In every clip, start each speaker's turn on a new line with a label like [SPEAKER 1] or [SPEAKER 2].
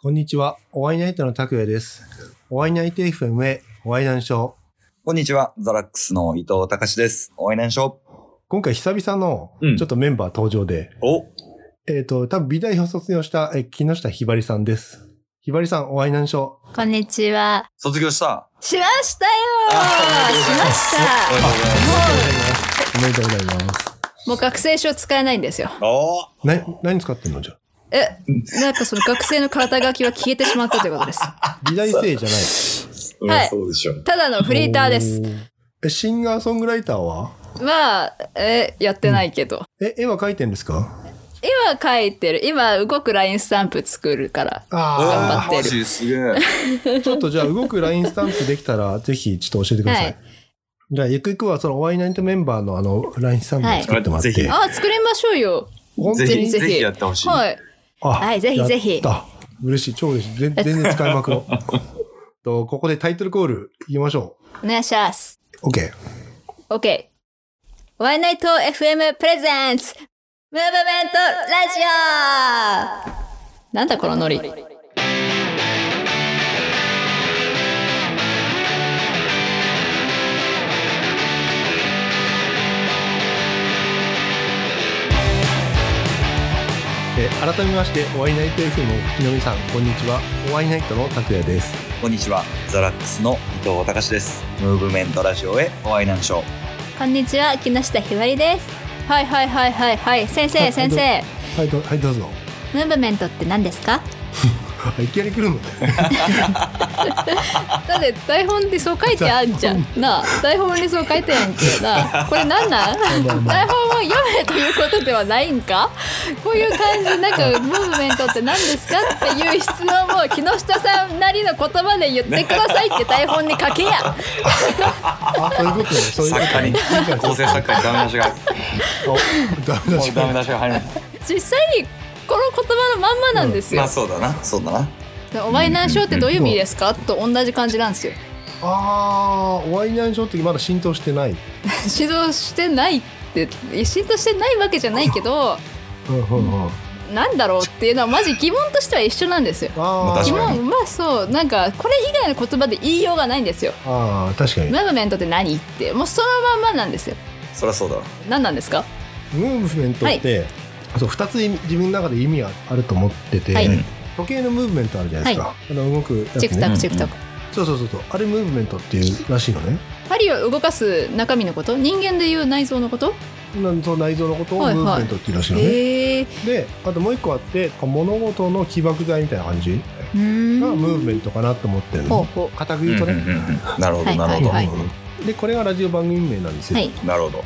[SPEAKER 1] こんにちは。お会いナイトの拓也です。お会いナイト FM へお会い難所。
[SPEAKER 2] こんにちは、ザラックスの伊藤隆です。お会いなんでしょ
[SPEAKER 1] 今回久々の
[SPEAKER 2] うん
[SPEAKER 1] ちょっとメンバー登場で、
[SPEAKER 2] お
[SPEAKER 1] えっ、と、多分美大を卒業したえ木下ひばりさんです。ひばりさん、お会い難所。
[SPEAKER 3] こんにちは。
[SPEAKER 2] 卒業した
[SPEAKER 3] しましたよ
[SPEAKER 2] あ
[SPEAKER 3] しまし
[SPEAKER 2] おめでとうございま
[SPEAKER 1] おめでとうご
[SPEAKER 3] たも
[SPEAKER 1] ざいます。
[SPEAKER 3] う、もう学生証使えないんですよ。
[SPEAKER 2] お
[SPEAKER 1] な、何使ってんのじゃ
[SPEAKER 3] え、やっぱその学生の肩書きは消えてしまったということです。
[SPEAKER 1] あ美大生じゃない。
[SPEAKER 2] お
[SPEAKER 3] はい
[SPEAKER 2] そうでしょう。
[SPEAKER 3] ただのフリーターです。
[SPEAKER 1] おー。え、シンガーソングライターは
[SPEAKER 3] まあ、え、やってないけど。
[SPEAKER 1] え、絵は描いてんですか
[SPEAKER 3] 今書いてる。今動くラインスタンプ作るから。
[SPEAKER 1] あ
[SPEAKER 3] 頑張ってる
[SPEAKER 2] マジすげえ。
[SPEAKER 1] あ、ちょっとじゃあ動くラインスタンプできた ら、ぜひちょっと教えてください。
[SPEAKER 3] はい
[SPEAKER 1] じゃあ、ゆくゆくはそのお会いナイトメンバーのあの、ラインスタンプを作ってもらって。
[SPEAKER 2] はいぜひ
[SPEAKER 3] あ、作りましょうよ。
[SPEAKER 1] 本当
[SPEAKER 2] ぜ
[SPEAKER 1] に
[SPEAKER 2] ひ、
[SPEAKER 3] ぜひ
[SPEAKER 2] ぜひやってほしい。
[SPEAKER 3] はい。
[SPEAKER 1] あ
[SPEAKER 3] はいぜひぜひ
[SPEAKER 1] やった嬉しい、超嬉しい。全全然使いまくろう と。ここでタイトルコール言いましょ
[SPEAKER 3] お願いします。
[SPEAKER 1] う。OK。
[SPEAKER 3] OK。ワイナイト FM プレゼンツムーブメントラジオなんだこのノリ。
[SPEAKER 1] えー改めまして、お会いナイト FM のお聞きの皆さん、こんにちは。お会いナイトの拓也です。
[SPEAKER 2] こんにちは、ザラックスの伊藤隆です。ムーブメントラジオへお会いなんでしょ
[SPEAKER 3] こんにちは木下ひばりです。はいはいはいはいはい先
[SPEAKER 1] は
[SPEAKER 3] 生
[SPEAKER 1] い
[SPEAKER 3] 先生
[SPEAKER 1] はい、ど,、はい、どうぞ。
[SPEAKER 3] ムーブメントって何ですか？
[SPEAKER 1] あいきなり来るのね。
[SPEAKER 3] だって台本にそう書いてあんじゃん。 なあ台本にそう書いてあんけどな。これなんなん？台本を読めということではないんか？こういう感じなんかムーブメントって何ですかっていう質問を木下さんなりの言葉で言ってくださいって台本に書けや。
[SPEAKER 1] あ、そういうことね。
[SPEAKER 2] う。
[SPEAKER 1] そういうこ
[SPEAKER 2] 作
[SPEAKER 1] と
[SPEAKER 2] 家に、構成作家にダメ出し が、
[SPEAKER 1] おダメだ
[SPEAKER 2] も
[SPEAKER 1] し
[SPEAKER 2] うダメ出しが入る。
[SPEAKER 3] 実際にこの言葉のまんまなんですよ
[SPEAKER 2] まあ。そうだな、そうだな。
[SPEAKER 3] お前何章ってどういう意味ですか？と同じ感じなんですよ。
[SPEAKER 1] あー、お会いナイトってまだ浸透してない。
[SPEAKER 3] 指導してないって浸透してないわけじゃないけど
[SPEAKER 1] うんうんうん。
[SPEAKER 3] なんだろうっていうのはマジ疑問としては一緒なんですよ
[SPEAKER 1] あ
[SPEAKER 2] まあ
[SPEAKER 1] ー
[SPEAKER 3] 疑
[SPEAKER 2] 確かに
[SPEAKER 3] 問まあそうなんかこれ以外の言葉で言いようがないんですよ
[SPEAKER 1] あー、確かに。
[SPEAKER 3] ムーブメントって何ってもうそのまんまなんですよ
[SPEAKER 2] そりゃそうだわ。
[SPEAKER 3] 何なんですか
[SPEAKER 1] ムーブメントって、そう2つ意味自分の中で意味があると思ってて、
[SPEAKER 3] はい
[SPEAKER 1] 時計のムーブメントあるじゃないですか、あの動くや
[SPEAKER 3] チェ
[SPEAKER 1] つ
[SPEAKER 3] クタ
[SPEAKER 1] ね
[SPEAKER 3] クチェクタク
[SPEAKER 1] そうそうそうそうあれムーブメントっていうらしいのね
[SPEAKER 3] 針を動かす中身のこと人間でいう内臓のこと
[SPEAKER 1] なその内臓のことをム
[SPEAKER 3] はい
[SPEAKER 1] ー
[SPEAKER 3] はい
[SPEAKER 1] ブメントっていうらしいのね、
[SPEAKER 3] へえー
[SPEAKER 1] であともう一個あって物事の起爆剤みたいな感じ
[SPEAKER 3] うーん
[SPEAKER 1] がムーブメントかなと思ってる
[SPEAKER 3] ほう
[SPEAKER 1] の
[SPEAKER 3] ほ
[SPEAKER 1] 固く
[SPEAKER 2] うん
[SPEAKER 1] 言
[SPEAKER 2] う
[SPEAKER 1] うん
[SPEAKER 2] う
[SPEAKER 1] と
[SPEAKER 2] んう
[SPEAKER 1] ね、
[SPEAKER 2] んなるほど、なる
[SPEAKER 3] は
[SPEAKER 2] ほ
[SPEAKER 3] い
[SPEAKER 2] ど。
[SPEAKER 3] はい
[SPEAKER 1] でこれがラジオ番組名なんです
[SPEAKER 3] う
[SPEAKER 1] よ、
[SPEAKER 3] はい
[SPEAKER 2] なるほど。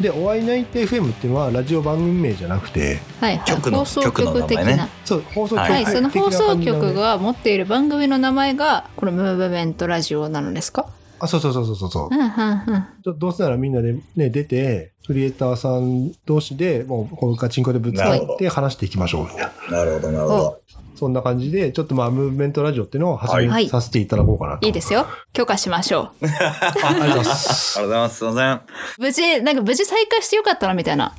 [SPEAKER 1] で「お会いナイト FM」っていうのはラジオ番組名じゃなくて
[SPEAKER 3] はいはい
[SPEAKER 2] 局の
[SPEAKER 3] 放送局的
[SPEAKER 2] 局の名前ね
[SPEAKER 3] な
[SPEAKER 1] そう放送局的な
[SPEAKER 2] はい
[SPEAKER 3] はい、その放
[SPEAKER 1] 感
[SPEAKER 3] 送
[SPEAKER 1] じなの
[SPEAKER 3] 局
[SPEAKER 1] で
[SPEAKER 3] が持っている番組の名前がこのムーブメントラジオなのですか
[SPEAKER 1] あそうそうそうそうそう
[SPEAKER 3] うんうんうん
[SPEAKER 1] どどうせならみんなで、ね、出て、クリエイターさん同士で、もう、このガチンコでぶつか
[SPEAKER 2] なる
[SPEAKER 1] っ
[SPEAKER 2] ほ
[SPEAKER 1] て話していきましょう、みたいな。
[SPEAKER 2] なるほど、なるほど。
[SPEAKER 1] そんな感じで、ちょっとまあ、ムーブメントラジオっていうのを始め、
[SPEAKER 3] はい
[SPEAKER 1] させていただこうかなと。
[SPEAKER 3] いいですよ許可しましょ
[SPEAKER 1] あ
[SPEAKER 3] う
[SPEAKER 1] りがとうございます
[SPEAKER 2] あ。りがとうございます。すいません。
[SPEAKER 3] 無事なんか無事再開してよかったなみたいな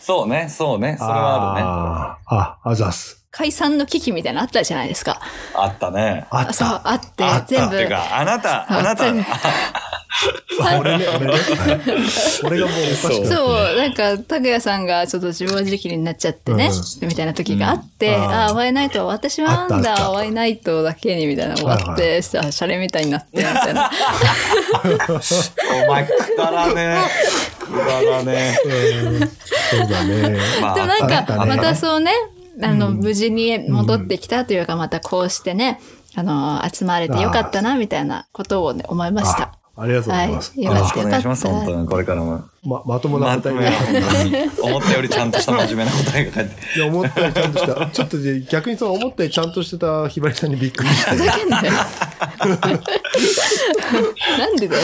[SPEAKER 2] そうね、そうね、それはあ
[SPEAKER 1] あーあ、あざっす。
[SPEAKER 3] 解散の危機みたいなのあったじゃないですか
[SPEAKER 2] るね。あったね。
[SPEAKER 1] あ
[SPEAKER 3] あ
[SPEAKER 1] っ
[SPEAKER 3] そう
[SPEAKER 1] た。
[SPEAKER 3] あって
[SPEAKER 1] あった
[SPEAKER 3] 全
[SPEAKER 2] て
[SPEAKER 3] 部
[SPEAKER 2] か、あなた、あなた、
[SPEAKER 3] 全部
[SPEAKER 1] 俺ね、俺ね。俺がもうおかしくなって
[SPEAKER 3] そうなんか拓哉さんがちょっと自暴自棄になっちゃってね、みたいな時があって、
[SPEAKER 1] うんあ
[SPEAKER 3] あ
[SPEAKER 1] ー
[SPEAKER 3] あ終わりナイトは私は
[SPEAKER 1] あ
[SPEAKER 3] な
[SPEAKER 1] っ
[SPEAKER 3] ん
[SPEAKER 1] たあった
[SPEAKER 3] だ終わりナイトだけにみたいな終わって、
[SPEAKER 1] はい
[SPEAKER 3] したらシャレみたいになってみたいな
[SPEAKER 2] お前くだらねえ。くだらね
[SPEAKER 1] うんそうだ ね。
[SPEAKER 2] え。ま
[SPEAKER 3] でもなん
[SPEAKER 1] あった
[SPEAKER 3] か
[SPEAKER 1] ね
[SPEAKER 3] またそうねあ
[SPEAKER 1] う
[SPEAKER 3] の、
[SPEAKER 1] ん
[SPEAKER 3] 無事に戻ってきたというかまたこうしてねあの集まれてよかったなみたいなことをね思いました。
[SPEAKER 1] あありがとうございます。
[SPEAKER 3] はい
[SPEAKER 2] よ
[SPEAKER 1] あ
[SPEAKER 2] ろ
[SPEAKER 1] の
[SPEAKER 2] しくお願いします。
[SPEAKER 3] よか
[SPEAKER 2] 本
[SPEAKER 3] った
[SPEAKER 2] 当にこれからも。
[SPEAKER 1] ま、まともな
[SPEAKER 2] ま
[SPEAKER 1] 答
[SPEAKER 2] と
[SPEAKER 1] え
[SPEAKER 2] め
[SPEAKER 1] が
[SPEAKER 2] よ。本当に思ったよりちゃんとした真面目な答えが返って。
[SPEAKER 1] いや、思ったよりちゃんとした。ちょっとで逆にその思ったよりちゃんとしてたひばりさんにびっくりして
[SPEAKER 3] ふざ けんなよ。 なんでだよ。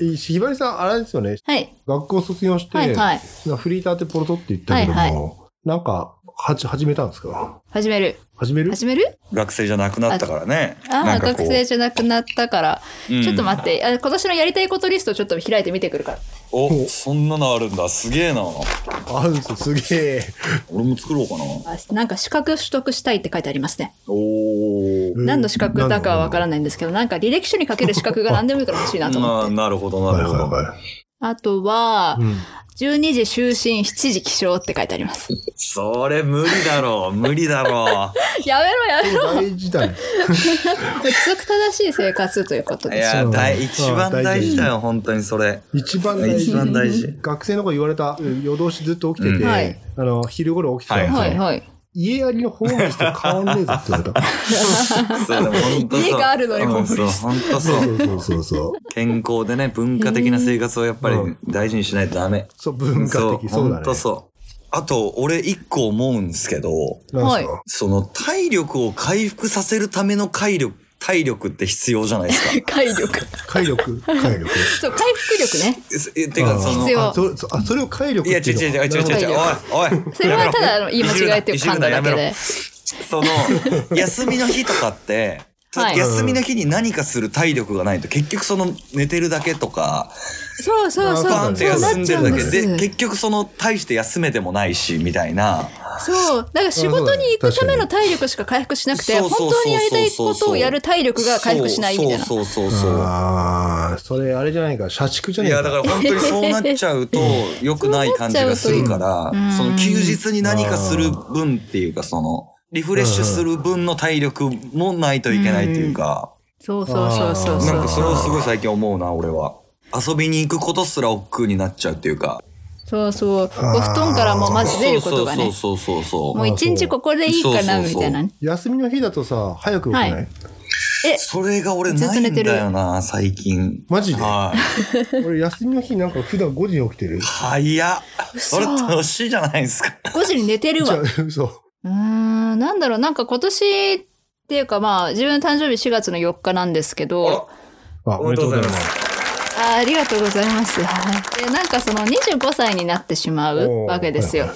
[SPEAKER 1] え、いひばりさん、あれですよね。
[SPEAKER 3] はい。
[SPEAKER 1] 学校卒業して、
[SPEAKER 3] はいはい
[SPEAKER 1] なフリーターってポロトって言ったけども、
[SPEAKER 3] はい
[SPEAKER 1] なんか、はじ、始めたんですか
[SPEAKER 3] 始める。
[SPEAKER 1] 始める
[SPEAKER 3] 始める
[SPEAKER 2] 学生じゃなくなったからね。
[SPEAKER 3] あ
[SPEAKER 2] な
[SPEAKER 3] あ、
[SPEAKER 2] んかこ
[SPEAKER 3] 学
[SPEAKER 2] う
[SPEAKER 3] 生じゃなくなったから。
[SPEAKER 2] うん
[SPEAKER 3] ちょっと待って。あ今年のやりたいことリストちょっと開いてみてくるから。
[SPEAKER 2] お、そんなのあるんだ。すげえな。
[SPEAKER 1] あるんですよ。すげえ。
[SPEAKER 2] 俺も作ろうかな。
[SPEAKER 3] あなんか資格取得したいって書いてありますね。
[SPEAKER 2] おお。
[SPEAKER 1] うん
[SPEAKER 3] 何の資格だかはわからないんですけど、なんか履歴書に書ける資 格が何でもいいから欲しいなと思
[SPEAKER 2] な
[SPEAKER 3] って。
[SPEAKER 2] なるほど、
[SPEAKER 1] は
[SPEAKER 2] ないるほど。
[SPEAKER 1] はいはい。
[SPEAKER 3] あとは、
[SPEAKER 1] うん
[SPEAKER 3] 12時就寝、7時起床って書いてあります。
[SPEAKER 2] それ無理だろう、無理だろ
[SPEAKER 3] やめろや めろ
[SPEAKER 1] 大事だね。
[SPEAKER 3] 規則正しい生活ということ
[SPEAKER 2] う。い
[SPEAKER 3] でしょ。
[SPEAKER 2] や、
[SPEAKER 1] そう
[SPEAKER 2] 大一番
[SPEAKER 1] そう
[SPEAKER 2] 大事だよ、本当にそれ。
[SPEAKER 1] 一番大事。
[SPEAKER 2] 一番大事
[SPEAKER 1] 学生の頃言われた、夜通しずっと起きてて、
[SPEAKER 2] うん
[SPEAKER 3] はい
[SPEAKER 1] あの、昼頃起きてたら、
[SPEAKER 2] や
[SPEAKER 3] は いはい。
[SPEAKER 1] 家ありのホームレスと変わんねえぞって言われた。
[SPEAKER 2] そうだ、本当そう。
[SPEAKER 3] 家があるのに
[SPEAKER 2] うん
[SPEAKER 3] ホーム
[SPEAKER 2] そう、
[SPEAKER 3] レ
[SPEAKER 2] 本当 そ。
[SPEAKER 1] そううそうそうそう。
[SPEAKER 2] 健康でね、文化的な生活をやっぱり
[SPEAKER 1] うん
[SPEAKER 2] 大事にしないとダメ。
[SPEAKER 1] そう、文化的。そうだ
[SPEAKER 2] 本
[SPEAKER 1] ね。
[SPEAKER 2] 当そう。あと、俺一個思うんですけど、
[SPEAKER 1] なんすか
[SPEAKER 3] は。
[SPEAKER 2] その体力を回復させるための体力、体力って必要じゃないですか
[SPEAKER 3] 回力。
[SPEAKER 1] 体力、体 力。
[SPEAKER 3] そう、回復力ね。
[SPEAKER 2] ええてか、その
[SPEAKER 3] 必、要
[SPEAKER 1] あそそあそれを体力
[SPEAKER 2] いや、
[SPEAKER 1] っ
[SPEAKER 2] 違
[SPEAKER 1] て
[SPEAKER 2] う
[SPEAKER 1] いうの
[SPEAKER 2] 違う違う違う違う、おい、おい。
[SPEAKER 3] それはただあの言い間違えて噛んだだけ
[SPEAKER 2] やめ
[SPEAKER 3] で
[SPEAKER 2] ろ。その、 休みの日とかって、
[SPEAKER 3] はい
[SPEAKER 2] 休みの日に何かする体力がないと、結局その寝てるだけとか、
[SPEAKER 3] そうそうそう。
[SPEAKER 2] パンって
[SPEAKER 3] そう
[SPEAKER 2] 休
[SPEAKER 3] なんっち
[SPEAKER 2] で
[SPEAKER 3] ゃ
[SPEAKER 2] る
[SPEAKER 3] う
[SPEAKER 2] だ
[SPEAKER 3] ん
[SPEAKER 2] け
[SPEAKER 3] です。
[SPEAKER 2] で、結局その、大して休めてもないし、みたいな。
[SPEAKER 3] そう。だから仕事に行くための体力しか回復しなくて、
[SPEAKER 2] そう
[SPEAKER 3] 本
[SPEAKER 2] そうそうそう
[SPEAKER 3] 当にやりたいことをやる体力が回復しないみたいな。
[SPEAKER 2] そうそうそうそう。
[SPEAKER 1] ああ、それあれじゃないか、社畜じゃ
[SPEAKER 2] い
[SPEAKER 1] ないか。
[SPEAKER 2] やだから本当にそうなっちゃうと良くない感じがするから
[SPEAKER 3] うなっちゃうと
[SPEAKER 2] そ
[SPEAKER 3] いう
[SPEAKER 2] の休日に何かする分っていうかそのリフレッシュする分の体力もないといけないっていうか
[SPEAKER 3] そうそうそうそう
[SPEAKER 1] うん
[SPEAKER 3] そう。
[SPEAKER 2] なんかそれをすごい最近思うな俺は遊びに行くことすら億劫になっちゃうっていうか
[SPEAKER 3] そうそう。お布団からもうまず出ることがね。
[SPEAKER 2] そうそうそうそう
[SPEAKER 3] も
[SPEAKER 2] そう
[SPEAKER 3] う一日ここでいいかな、みたいなね。
[SPEAKER 1] 休みの日だとさ、早く起きない、
[SPEAKER 3] はい
[SPEAKER 2] それが俺ないんだよな最近
[SPEAKER 1] マジで
[SPEAKER 2] はい
[SPEAKER 1] 俺、休みの日なんか普段5時に起きてる。
[SPEAKER 2] 早っそれ年じゃないですか
[SPEAKER 3] え、5時に寝てる
[SPEAKER 1] じゃ
[SPEAKER 3] わ
[SPEAKER 1] あ。、 嘘。
[SPEAKER 3] うーん、なんだろう、なんか今年っていうかまあ、自分の誕生日4月の4日なんですけ
[SPEAKER 2] あ
[SPEAKER 3] ど
[SPEAKER 2] ら、
[SPEAKER 1] あ、おめでとうございます。
[SPEAKER 3] あありがとうございます。はい。で、なんかその25歳になってしまう
[SPEAKER 1] おー
[SPEAKER 3] わけですよ
[SPEAKER 1] はい。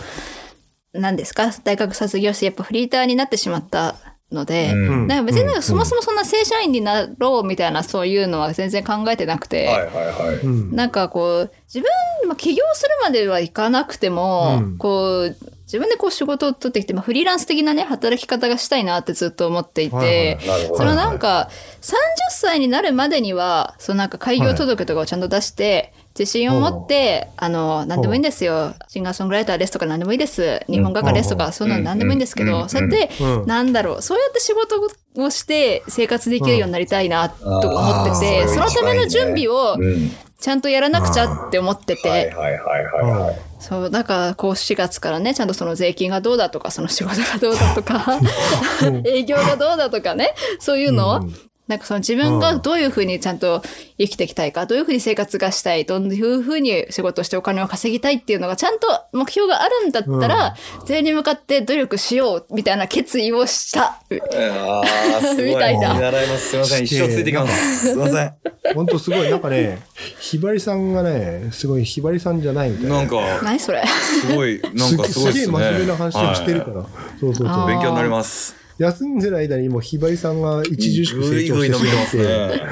[SPEAKER 3] 何ですか大学卒業してやっぱフリーターになってしまったので、
[SPEAKER 2] うん
[SPEAKER 1] うん
[SPEAKER 3] なんか別になんかそもそもそんな正社員になろうみたいなそういうのは全然考えてなくて、
[SPEAKER 2] はいはいはい
[SPEAKER 1] うん。
[SPEAKER 3] なんかこう自分、まあ、起業するまではいかなくても、
[SPEAKER 1] うん
[SPEAKER 3] こう自分でこう仕事を取ってきて、まあ、フリーランス的なね働き方がしたいなってずっと思っていて、
[SPEAKER 1] はいはい
[SPEAKER 2] なるほど
[SPEAKER 3] そのなんか30歳になるまでにはそのなんか開業届とかをちゃんと出して、自信を持ってあの何でもいいんですよシンガーソングライターですとか何でもいいです日本画家ですと
[SPEAKER 1] う
[SPEAKER 3] かそんなの何でもいいんですけ
[SPEAKER 2] うんうんう
[SPEAKER 3] ど
[SPEAKER 2] ん
[SPEAKER 3] そうやって
[SPEAKER 1] うん
[SPEAKER 3] なんだろうそうやって仕事をして生活できるようになりたいなと思ってて
[SPEAKER 2] あー
[SPEAKER 3] そのための準備を
[SPEAKER 2] うん
[SPEAKER 3] ちゃんとやらなくちゃって思ってて
[SPEAKER 2] はいはい
[SPEAKER 1] あ
[SPEAKER 2] は
[SPEAKER 3] そうだからこう4月からねちゃんとその税金がどうだとかその仕事がどうだとか営業がどうだとかねそう いうのを
[SPEAKER 1] うん
[SPEAKER 3] なんかその自分がどういうふうにちゃんと生きていきたいか、どういうふうに生活がしたい、どういうふうに仕事をしてお金を稼ぎたいっていうのがちゃんと目標があるんだったら、それに向かって努力しようみたいな決意をした。
[SPEAKER 2] あー すごい。
[SPEAKER 3] みたいな
[SPEAKER 2] 見習います。すいません。
[SPEAKER 1] して
[SPEAKER 2] 一生ついていきます。すいません。
[SPEAKER 1] ほんとすごい、なんかね、ひばりさんがね、すごいひばりさんじゃないみたいな。
[SPEAKER 2] なんか、
[SPEAKER 3] 何それ
[SPEAKER 2] すご い、なんかすごい
[SPEAKER 1] げ
[SPEAKER 2] で
[SPEAKER 1] え
[SPEAKER 2] すね。
[SPEAKER 1] 真面目な話をしてるから。
[SPEAKER 2] は
[SPEAKER 1] そうそう
[SPEAKER 3] あ
[SPEAKER 1] そ
[SPEAKER 3] ー
[SPEAKER 1] う
[SPEAKER 2] い。。勉強になります。
[SPEAKER 1] 休んでる間にもうひばりさんが著しく
[SPEAKER 2] ぐ
[SPEAKER 1] 成
[SPEAKER 2] い
[SPEAKER 1] 長し
[SPEAKER 2] ぐい
[SPEAKER 1] て
[SPEAKER 2] 伸びてま
[SPEAKER 1] し
[SPEAKER 2] す
[SPEAKER 1] まって。
[SPEAKER 2] ね。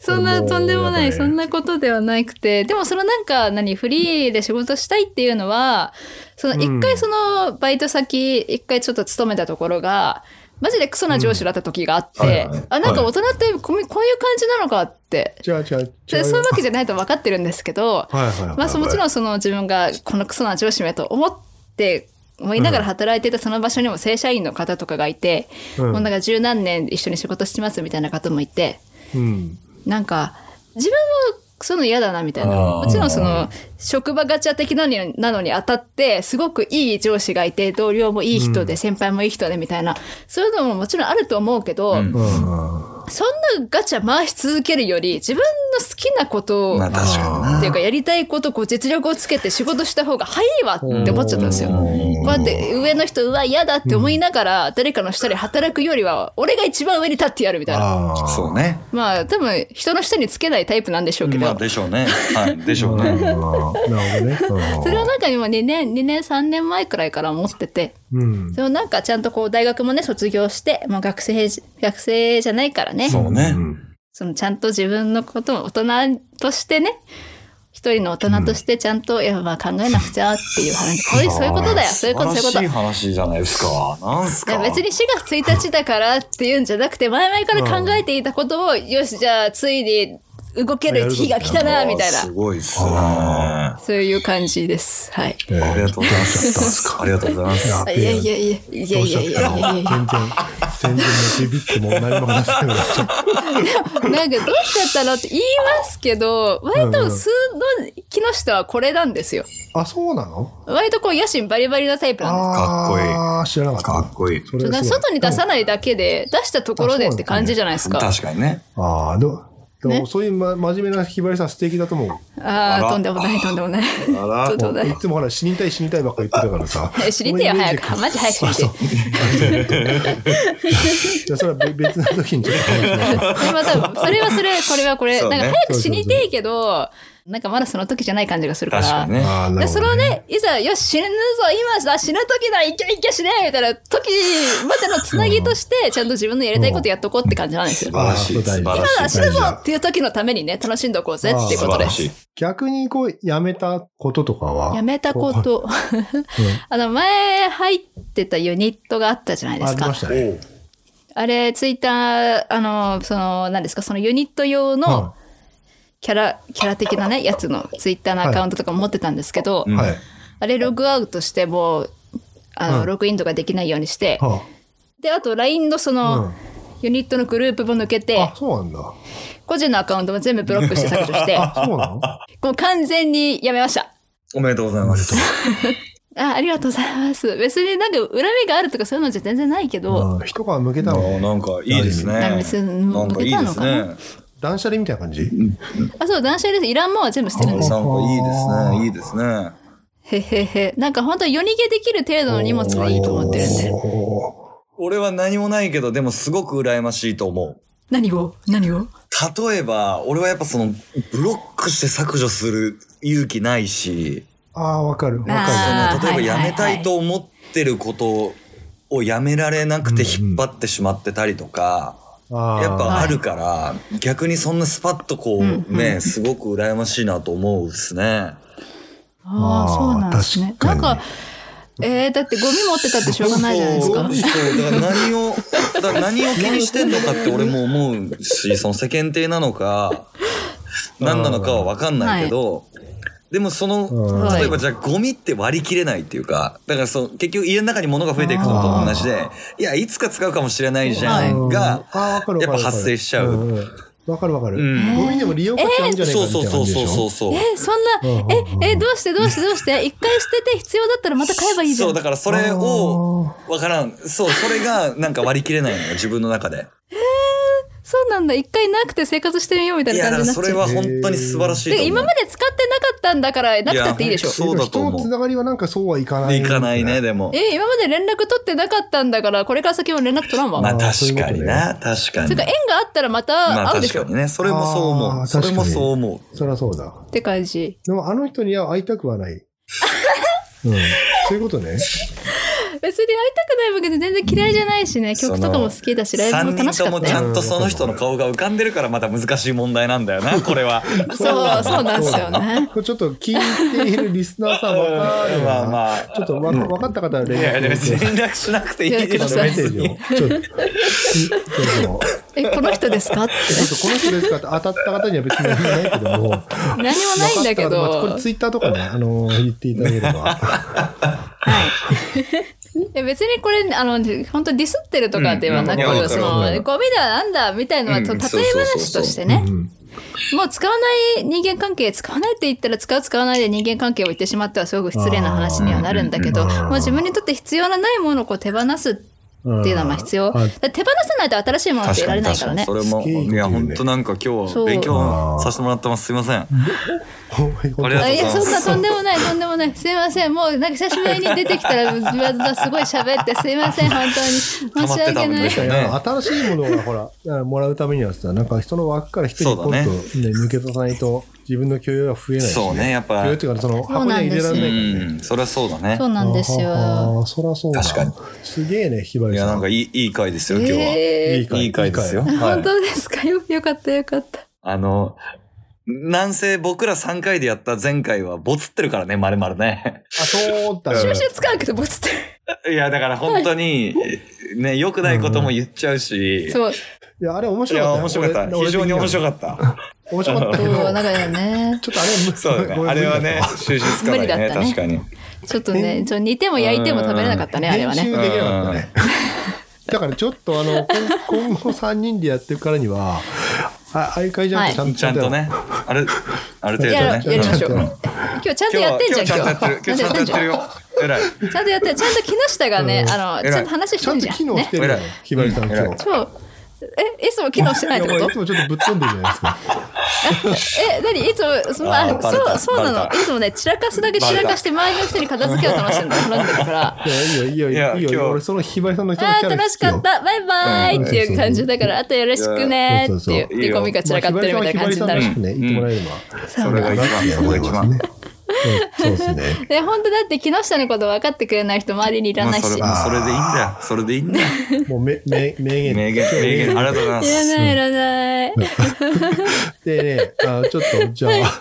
[SPEAKER 3] そんな、
[SPEAKER 1] もう
[SPEAKER 3] とんでもな
[SPEAKER 1] や
[SPEAKER 3] い、
[SPEAKER 1] っぱ
[SPEAKER 3] そ
[SPEAKER 1] ね
[SPEAKER 3] んなことではなくて、でもそのなんか、何、フリーで仕事したいっていうのは、その一
[SPEAKER 1] う
[SPEAKER 3] 回
[SPEAKER 1] ん
[SPEAKER 3] そのバイト先、一回ちょっと勤めたところが、マジでクソな上司だった時があっ
[SPEAKER 2] うんはい
[SPEAKER 3] て
[SPEAKER 2] はい、
[SPEAKER 3] あ、なんか大人ってこういうこういう感じなのかって、
[SPEAKER 1] じゃあ、じゃあ、
[SPEAKER 3] そ
[SPEAKER 1] 違うよ
[SPEAKER 3] そういうわけじゃないと分かってるんですけ
[SPEAKER 1] は
[SPEAKER 3] ど、
[SPEAKER 1] いはいはいはい。
[SPEAKER 3] まあそもちろんその自分がこのクソな上司めと思って思いながら働いていたその場所にも正社員の方とかがいて、
[SPEAKER 1] うん
[SPEAKER 3] もうなんか十何年一緒に仕事してますみたいな方もいて
[SPEAKER 1] うん。
[SPEAKER 3] なんか自分もその嫌だなみたいな
[SPEAKER 2] あー
[SPEAKER 3] もちろんその職場ガチャ的なのになのに当たってすごくいい上司がいて同僚もいい人で、先輩もいい人でみたいなそういうのももちろんあると思うけど、
[SPEAKER 2] うん
[SPEAKER 1] うん。
[SPEAKER 3] そんなガチャ回し続けるより自分の好きなことを
[SPEAKER 2] まあ確か
[SPEAKER 3] っていうかやりたいことこう実力をつけて仕事した方が早いわって思っちゃったんですよ。こ
[SPEAKER 2] に
[SPEAKER 3] う
[SPEAKER 2] な。
[SPEAKER 3] やって上の人うわ嫌だって思いながら誰かの下で働くよりは俺が一番上に立ってやるみたいな
[SPEAKER 1] ああ。
[SPEAKER 2] そうね。
[SPEAKER 3] まあ多分人の下につけないタイプなんでしょうけど、
[SPEAKER 2] まあでしょうね。はい。でしょう
[SPEAKER 1] うん
[SPEAKER 2] ね。
[SPEAKER 1] なるほどね。
[SPEAKER 3] それはなんか今2年2年3年前くらいから思ってて
[SPEAKER 1] うん。
[SPEAKER 3] それをなんかちゃんとこう大学もね卒業して、まあ、学生学生じゃないからね
[SPEAKER 2] そうね。
[SPEAKER 1] ん
[SPEAKER 3] そのちゃんと自分のことを大人としてね一人の大人としてちゃんと、いや、まあ考えなくちゃっていう話。これ、そういうことだよ。そういうこと、そういうこ
[SPEAKER 2] 素
[SPEAKER 3] と
[SPEAKER 2] 晴らしい。話じゃないですか。なんす
[SPEAKER 3] いや
[SPEAKER 2] か。
[SPEAKER 3] 別に4月1日だからっていうんじゃなくて前々から考えていたことを、よしじゃあついに動ける日が来たなみたい
[SPEAKER 2] す
[SPEAKER 3] な
[SPEAKER 2] ごいっすね。
[SPEAKER 1] あ
[SPEAKER 2] あ
[SPEAKER 3] そういう感じですはい
[SPEAKER 1] えー
[SPEAKER 2] りがとうございます。ありがとうございます。
[SPEAKER 3] あいやいやいやいや
[SPEAKER 1] どう
[SPEAKER 3] い
[SPEAKER 1] し
[SPEAKER 3] や
[SPEAKER 1] ちゃ
[SPEAKER 3] い
[SPEAKER 1] った
[SPEAKER 3] や
[SPEAKER 1] の
[SPEAKER 3] いやいや
[SPEAKER 1] 全然、全然ね、ビビっても何も話 してなくなっちゃった。
[SPEAKER 3] なんかどうしちゃったのって言いますけど割と数の木の人はこれなんですよ
[SPEAKER 1] あ、そうなの
[SPEAKER 3] 割とこう野心バリバリなタイプなんです
[SPEAKER 2] かっこいい
[SPEAKER 1] あー知らなか
[SPEAKER 2] か
[SPEAKER 1] っ
[SPEAKER 2] っこいい。
[SPEAKER 1] た。そ
[SPEAKER 3] だ
[SPEAKER 1] れ
[SPEAKER 3] から
[SPEAKER 1] はすごい
[SPEAKER 3] 外に出さないだけで出したところでって感じじゃないですか
[SPEAKER 2] 確かにね。
[SPEAKER 1] ああ、でも、でも
[SPEAKER 3] ね
[SPEAKER 1] そういう、ま、真面目なひばりさん素敵だと思う。
[SPEAKER 3] あ
[SPEAKER 2] あ
[SPEAKER 3] あ
[SPEAKER 2] ら
[SPEAKER 3] とんでもないとんでもない
[SPEAKER 2] あら
[SPEAKER 3] とんでもない。
[SPEAKER 1] いつもほら、死にたい死にたいばっか言ってたからさ
[SPEAKER 3] 知りてえよ
[SPEAKER 1] そのイメージ
[SPEAKER 3] 早くマジ早く
[SPEAKER 1] そう
[SPEAKER 3] 知
[SPEAKER 1] そ
[SPEAKER 3] り
[SPEAKER 1] う
[SPEAKER 3] て。
[SPEAKER 1] じゃあそれは別の時にちょっと話しましょう。
[SPEAKER 3] それは多分それはそれ、これはこれ、
[SPEAKER 2] そう
[SPEAKER 3] な
[SPEAKER 2] ね
[SPEAKER 3] んか早く死にてえけど、なんかまだその時じゃない感じがするから。
[SPEAKER 2] 確かにね。
[SPEAKER 1] ああ、な
[SPEAKER 3] で
[SPEAKER 1] るほ
[SPEAKER 3] それ
[SPEAKER 1] ど
[SPEAKER 3] を
[SPEAKER 1] ね。
[SPEAKER 3] ね、いざ、よし、死ぬぞ、今だ、死ぬ時だ、いけいけ死ねみたいな時までのつなぎとして、ちゃんと自分のやりたいことやっとこうって感じなんですよ。
[SPEAKER 2] 素晴らしい
[SPEAKER 1] あーそう大事
[SPEAKER 2] 素晴
[SPEAKER 3] 今
[SPEAKER 2] らしい
[SPEAKER 3] だ、死ぬ
[SPEAKER 1] 大事
[SPEAKER 3] ぞ
[SPEAKER 1] だ
[SPEAKER 3] っていう時のためにね、楽しんでおこうぜっていう
[SPEAKER 2] 素
[SPEAKER 3] こと
[SPEAKER 2] 晴
[SPEAKER 3] で
[SPEAKER 2] らし
[SPEAKER 3] す
[SPEAKER 2] い。。
[SPEAKER 1] 逆にこう、やめたこととかは
[SPEAKER 3] やめたこ。と。 あの、前入ってたユニットがあったじゃない
[SPEAKER 1] うん
[SPEAKER 3] で
[SPEAKER 1] あ
[SPEAKER 3] す
[SPEAKER 1] り
[SPEAKER 3] か
[SPEAKER 1] まし。たね。
[SPEAKER 3] あれ、ツイッター、あの、その、何ですか、そのユニット用の、
[SPEAKER 1] は
[SPEAKER 3] キャラ、キャラ的なね、やつのツイッターのアカウントとかも持ってたんですけど、
[SPEAKER 1] い。
[SPEAKER 2] ん
[SPEAKER 1] はい。
[SPEAKER 3] あれログアウトしてもう、あの、
[SPEAKER 1] うん
[SPEAKER 3] ログインとかできないようにして、
[SPEAKER 1] は
[SPEAKER 3] で、あと LINE のそ
[SPEAKER 1] あ
[SPEAKER 3] の、
[SPEAKER 1] うん
[SPEAKER 3] ユニットのグループも抜けて
[SPEAKER 1] あ、、そうなんだ。
[SPEAKER 3] 個人のアカウントも全部ブロックして削除 して、
[SPEAKER 1] あ、そう なの
[SPEAKER 3] もう完全にやめました。
[SPEAKER 2] おめでとうございます。
[SPEAKER 3] あありがとうございます。別になんか恨みがあるとかそういうのじゃ全然ないけど、
[SPEAKER 1] うん一皮向けたの
[SPEAKER 2] お
[SPEAKER 1] ね。
[SPEAKER 2] なんかいいですね。
[SPEAKER 3] なんか別に
[SPEAKER 2] なんかいいですね。
[SPEAKER 1] 断捨離みたいな感じ
[SPEAKER 3] あ、そう、断捨離です。いらんもんは全部捨てるん
[SPEAKER 2] なん
[SPEAKER 3] で
[SPEAKER 2] か
[SPEAKER 3] す。
[SPEAKER 2] いいですね。いいですね。
[SPEAKER 3] へへへ。なんか本当に夜逃げできる程度の荷物がいいと思ってるんで。
[SPEAKER 1] お
[SPEAKER 2] 俺は何もないけど、でもすごく羨ましいと思う。
[SPEAKER 3] 何を何を
[SPEAKER 2] 例えば、俺はやっぱその、ブロックして削除する勇気ないし、
[SPEAKER 1] ーあー、わかる。わ
[SPEAKER 2] そ
[SPEAKER 1] か
[SPEAKER 3] あ
[SPEAKER 2] の
[SPEAKER 3] ー
[SPEAKER 2] 例えば
[SPEAKER 3] はいはい
[SPEAKER 2] や
[SPEAKER 3] はい
[SPEAKER 2] めたいと思ってることをやめられなくて
[SPEAKER 1] うんうん
[SPEAKER 2] 引っ張ってしまってたりとか、
[SPEAKER 1] る。あー
[SPEAKER 2] やっぱあるから、逆にそんなスパッとこう、
[SPEAKER 3] うんうん
[SPEAKER 2] ね、すごく羨ましいなと思うですね。
[SPEAKER 3] ああ、
[SPEAKER 1] あー
[SPEAKER 3] そうなんですね。
[SPEAKER 1] 確か
[SPEAKER 3] なん
[SPEAKER 1] に
[SPEAKER 3] か、えー、だってゴミ持ってたってしょうがないじゃないですか。
[SPEAKER 2] そうそうだから何を、だから何を気にしてんのかって俺も思う し、その世間体なのか、何なのかは分かんないけど、でもその、
[SPEAKER 3] はい
[SPEAKER 2] 例えばじゃあゴミって割り切れないっていうか、だからそう、結局家の中に物が増えていくことと同じで、いや、いつか使うかもしれないじゃんが、
[SPEAKER 1] あーわかるわかる
[SPEAKER 2] やっぱ発生しちゃう
[SPEAKER 1] うんうんわかるわかる。
[SPEAKER 2] うん
[SPEAKER 1] ゴミでも利用価値あるんじゃないか
[SPEAKER 2] そ
[SPEAKER 1] み
[SPEAKER 2] う
[SPEAKER 1] た
[SPEAKER 2] そ
[SPEAKER 1] いうな感じ
[SPEAKER 2] そう
[SPEAKER 1] でしょ。
[SPEAKER 2] そうそうそう。
[SPEAKER 3] えー、そんな
[SPEAKER 1] うんうんう、ん
[SPEAKER 3] え、えー、どうしてどうしてどうして、一回捨てて必要だったらまた買えばいいじゃん。
[SPEAKER 2] そう、だからそれを
[SPEAKER 1] あ、
[SPEAKER 2] わからん。そう、それがなんか割り切れないのよ、自分の中で。
[SPEAKER 3] そうなんだ、一回なくて生活してみようみたい
[SPEAKER 2] い
[SPEAKER 3] な
[SPEAKER 2] や、だ
[SPEAKER 3] 感
[SPEAKER 2] から
[SPEAKER 3] じになっ
[SPEAKER 2] それ
[SPEAKER 3] ちゃう。
[SPEAKER 2] は本当に素晴らしいと
[SPEAKER 3] で
[SPEAKER 2] 思う。
[SPEAKER 3] 今まで使ってなかったんだから、なくたっていいでしょ
[SPEAKER 2] い。やそうだと思う
[SPEAKER 1] 人のつながりはなんかそうはいかない。
[SPEAKER 2] いかないね、。でも。
[SPEAKER 3] えー、今まで連絡取ってなかったんだから、これから先も連絡取らんわ。
[SPEAKER 2] まあ
[SPEAKER 1] あーそういう
[SPEAKER 2] 確
[SPEAKER 1] こと
[SPEAKER 2] か
[SPEAKER 1] ね
[SPEAKER 2] にな、確か
[SPEAKER 3] それ
[SPEAKER 2] に
[SPEAKER 3] か。縁があったらま
[SPEAKER 2] ま
[SPEAKER 3] た
[SPEAKER 2] あ
[SPEAKER 3] 会う
[SPEAKER 2] 確
[SPEAKER 3] でしょ。
[SPEAKER 2] かにね、それもそう思
[SPEAKER 1] あ
[SPEAKER 2] う。
[SPEAKER 1] ー
[SPEAKER 2] それも
[SPEAKER 1] 確かに
[SPEAKER 2] そう思
[SPEAKER 1] そりゃそうだ。
[SPEAKER 3] って感じ。
[SPEAKER 1] でもあの人には会いたくは ない。うん。そういうことね。
[SPEAKER 3] 別に会いたくないわけで全然嫌いじゃないしね、
[SPEAKER 2] その
[SPEAKER 3] 曲とかも好きだし、
[SPEAKER 2] う。
[SPEAKER 3] ライブ
[SPEAKER 2] 三
[SPEAKER 3] も楽
[SPEAKER 2] 人
[SPEAKER 3] しか
[SPEAKER 2] と
[SPEAKER 3] っ
[SPEAKER 2] も
[SPEAKER 3] た
[SPEAKER 2] ちゃ
[SPEAKER 3] よ。
[SPEAKER 2] んとその人の顔が浮かんでるからまた難しい問題なんだよ な、これは。
[SPEAKER 3] そう、そうなんですよね。
[SPEAKER 1] これちょっと聞いているリスナーさんわかるな
[SPEAKER 2] まあまあ
[SPEAKER 1] ちょっとわか分かった方はい連
[SPEAKER 2] や、
[SPEAKER 1] 絡く
[SPEAKER 2] 連
[SPEAKER 1] ださい
[SPEAKER 2] 絡しなくていいで
[SPEAKER 3] いや
[SPEAKER 2] し
[SPEAKER 3] く
[SPEAKER 2] ょ、
[SPEAKER 3] だ
[SPEAKER 1] メッ
[SPEAKER 2] 別
[SPEAKER 1] セ ージを。
[SPEAKER 2] に。
[SPEAKER 1] ちょっと、ちょっと
[SPEAKER 3] え、この人です かって。
[SPEAKER 1] ちょっとこの人ですかって当たった方には別に何もないけども。
[SPEAKER 3] 何もないん
[SPEAKER 1] 分か
[SPEAKER 3] だけ
[SPEAKER 1] った方まあこ
[SPEAKER 3] ど
[SPEAKER 1] れ。ツイッターとかね、あのー、言っていただけれ ば。
[SPEAKER 3] え別にこれ、あの、本当ディスってるとかではなく、
[SPEAKER 2] うんいや
[SPEAKER 3] そ
[SPEAKER 2] わか
[SPEAKER 3] の、
[SPEAKER 1] る
[SPEAKER 3] ゴミだなんだみたいなのは、
[SPEAKER 2] うん
[SPEAKER 3] 例
[SPEAKER 2] そ
[SPEAKER 3] え
[SPEAKER 2] うそうそう
[SPEAKER 3] 話
[SPEAKER 2] そう
[SPEAKER 3] としてね
[SPEAKER 1] う、ん
[SPEAKER 3] もう使わない人間関係、使わないって言ったら使う使わないで人間関係を言ってしまってはすごく失礼な話にはなるんだけど、
[SPEAKER 1] あー
[SPEAKER 3] もう自分にとって必要のないものをこう手放すっていうのはまあ必要。だ
[SPEAKER 1] あ
[SPEAKER 3] か
[SPEAKER 1] ー
[SPEAKER 3] ら手放さないと新しいものって
[SPEAKER 2] 確か
[SPEAKER 3] 得られ
[SPEAKER 2] に
[SPEAKER 3] ない
[SPEAKER 2] 確
[SPEAKER 3] か
[SPEAKER 2] からに。
[SPEAKER 3] ね
[SPEAKER 2] そ。れも、
[SPEAKER 1] 好き
[SPEAKER 2] いや、本当なんか今
[SPEAKER 3] そ
[SPEAKER 2] 日
[SPEAKER 3] う
[SPEAKER 2] 勉強させてもらってます。すいません。
[SPEAKER 1] あ
[SPEAKER 2] ありがとうござ
[SPEAKER 3] あ
[SPEAKER 2] い
[SPEAKER 3] いや
[SPEAKER 2] ます
[SPEAKER 3] そんなとんでもないとんでもないすいませんもうなんか久しぶりに出てきたらずっとすごい喋ってすいません本当に申し訳
[SPEAKER 2] 溜まってたもん
[SPEAKER 3] ない
[SPEAKER 2] でしょ
[SPEAKER 1] いや新しいものがほら、あもらうためにはさ、なんか人の枠から一人ポンと、ね
[SPEAKER 2] そうだね
[SPEAKER 1] 抜け出さないと自分の許容は増えないし、
[SPEAKER 2] そうね、やっぱ。
[SPEAKER 1] 許容っ
[SPEAKER 2] う
[SPEAKER 1] ていうか、その箱には入れられないからね。
[SPEAKER 2] ん、そりゃそうだね
[SPEAKER 3] そう。なんですよ
[SPEAKER 1] ああ、そりゃそうだ。
[SPEAKER 2] 確かに。
[SPEAKER 1] すげえね、ひば
[SPEAKER 2] い
[SPEAKER 1] り
[SPEAKER 2] や、
[SPEAKER 1] さ
[SPEAKER 2] なん
[SPEAKER 1] ん。
[SPEAKER 2] かいい、いい回ですよ、今日は。
[SPEAKER 3] えー
[SPEAKER 1] いい回
[SPEAKER 2] いい回ですよ。
[SPEAKER 1] いい
[SPEAKER 2] はい
[SPEAKER 3] 本当ですかよよかったよかった
[SPEAKER 2] あの、なんせ僕ら3回でやった前回はボツってるからね、まるまるね。
[SPEAKER 1] あ、そうだ
[SPEAKER 3] 収
[SPEAKER 1] ね。
[SPEAKER 3] 集つかなくてボツって
[SPEAKER 2] いや、だから本当に、ね、良くないことも言っちゃうし。
[SPEAKER 3] る。そう。
[SPEAKER 1] いや、あれ面
[SPEAKER 2] い
[SPEAKER 1] 白か
[SPEAKER 2] や、
[SPEAKER 1] ったよ。
[SPEAKER 2] 面白かった。非常に面白かった。
[SPEAKER 1] った。面白かったけ
[SPEAKER 3] そ う、
[SPEAKER 1] ど、
[SPEAKER 3] なん
[SPEAKER 1] ち
[SPEAKER 3] かね、
[SPEAKER 1] ょっとあれは無
[SPEAKER 2] そうだね。あれはね、、収集つかない
[SPEAKER 3] 無
[SPEAKER 2] ね、
[SPEAKER 3] 理だったね
[SPEAKER 2] 確かに。
[SPEAKER 3] ちょっとね、ちょ煮ても焼いても食べれなかったね、あれは
[SPEAKER 1] 練習
[SPEAKER 3] ね。
[SPEAKER 1] できなかったね。だからちょっとあの、今今後3人でやってるからには、あああいう会じゃなくて
[SPEAKER 2] ちゃんと。ね、ある、ある程度
[SPEAKER 3] やろ
[SPEAKER 2] ね
[SPEAKER 3] う。やりましょう。
[SPEAKER 1] うん
[SPEAKER 3] 今日ちゃんと
[SPEAKER 2] 今
[SPEAKER 3] やってん
[SPEAKER 2] 日、
[SPEAKER 3] じゃ
[SPEAKER 2] 今日ちゃんとや
[SPEAKER 3] ん、
[SPEAKER 2] ってる。今日ちゃんとやってるよ。偉い。
[SPEAKER 3] ちゃんとやってる。ちゃんと木下がね、あ
[SPEAKER 2] 偉
[SPEAKER 3] の、
[SPEAKER 2] い
[SPEAKER 3] ちゃんと話し
[SPEAKER 1] ち
[SPEAKER 3] て
[SPEAKER 1] ゃ
[SPEAKER 3] ん
[SPEAKER 1] んと
[SPEAKER 3] じゃ
[SPEAKER 1] 機
[SPEAKER 3] ん。
[SPEAKER 1] 能し
[SPEAKER 3] ね。
[SPEAKER 1] てるよ
[SPEAKER 2] 偉い、
[SPEAKER 1] ひばりさん今日。
[SPEAKER 2] 偉い
[SPEAKER 3] そう。え、いつも機能してないって
[SPEAKER 1] いや
[SPEAKER 3] こ
[SPEAKER 1] もうい
[SPEAKER 3] と
[SPEAKER 1] つもちょっとぶっ飛んでるじゃないですか。
[SPEAKER 3] え、何いつも、そま
[SPEAKER 2] あ
[SPEAKER 3] あ、
[SPEAKER 2] ーバレ
[SPEAKER 3] そ
[SPEAKER 2] た
[SPEAKER 3] う、そう
[SPEAKER 2] バ
[SPEAKER 3] な
[SPEAKER 2] レ
[SPEAKER 3] の。
[SPEAKER 2] た
[SPEAKER 3] いつもね、散らかすだけ散らかして、周りの人に片付けを楽しんで、楽んでるから。
[SPEAKER 1] いや、いいよ、いいよ、いいよ
[SPEAKER 2] いや
[SPEAKER 1] いい
[SPEAKER 2] 今日
[SPEAKER 1] よ。俺、そのひばりさんの人の
[SPEAKER 3] あ
[SPEAKER 1] キ
[SPEAKER 3] あ、
[SPEAKER 1] ャラ
[SPEAKER 3] 楽しかった。バイバイっていう感じだから、あとよろしくねーっていう。
[SPEAKER 2] いや
[SPEAKER 3] で、ゴミが散らかってるみたいな感じになる
[SPEAKER 1] まあ。ひばりさんはひばりさんらしくね、言ってもらえれば。
[SPEAKER 2] それが一番、それが一番。もう
[SPEAKER 1] そうですね。
[SPEAKER 3] で、本当だって木下のこと分かってくれない人周りにいらないし。
[SPEAKER 2] それ、
[SPEAKER 3] い
[SPEAKER 2] もうそれでいいんだよ。それでいいんだよ。
[SPEAKER 1] もうめ、め、名言。
[SPEAKER 2] 名言、名言、ありがとうございます。
[SPEAKER 3] らないいらない。
[SPEAKER 1] でね、あちょっと、じゃあ、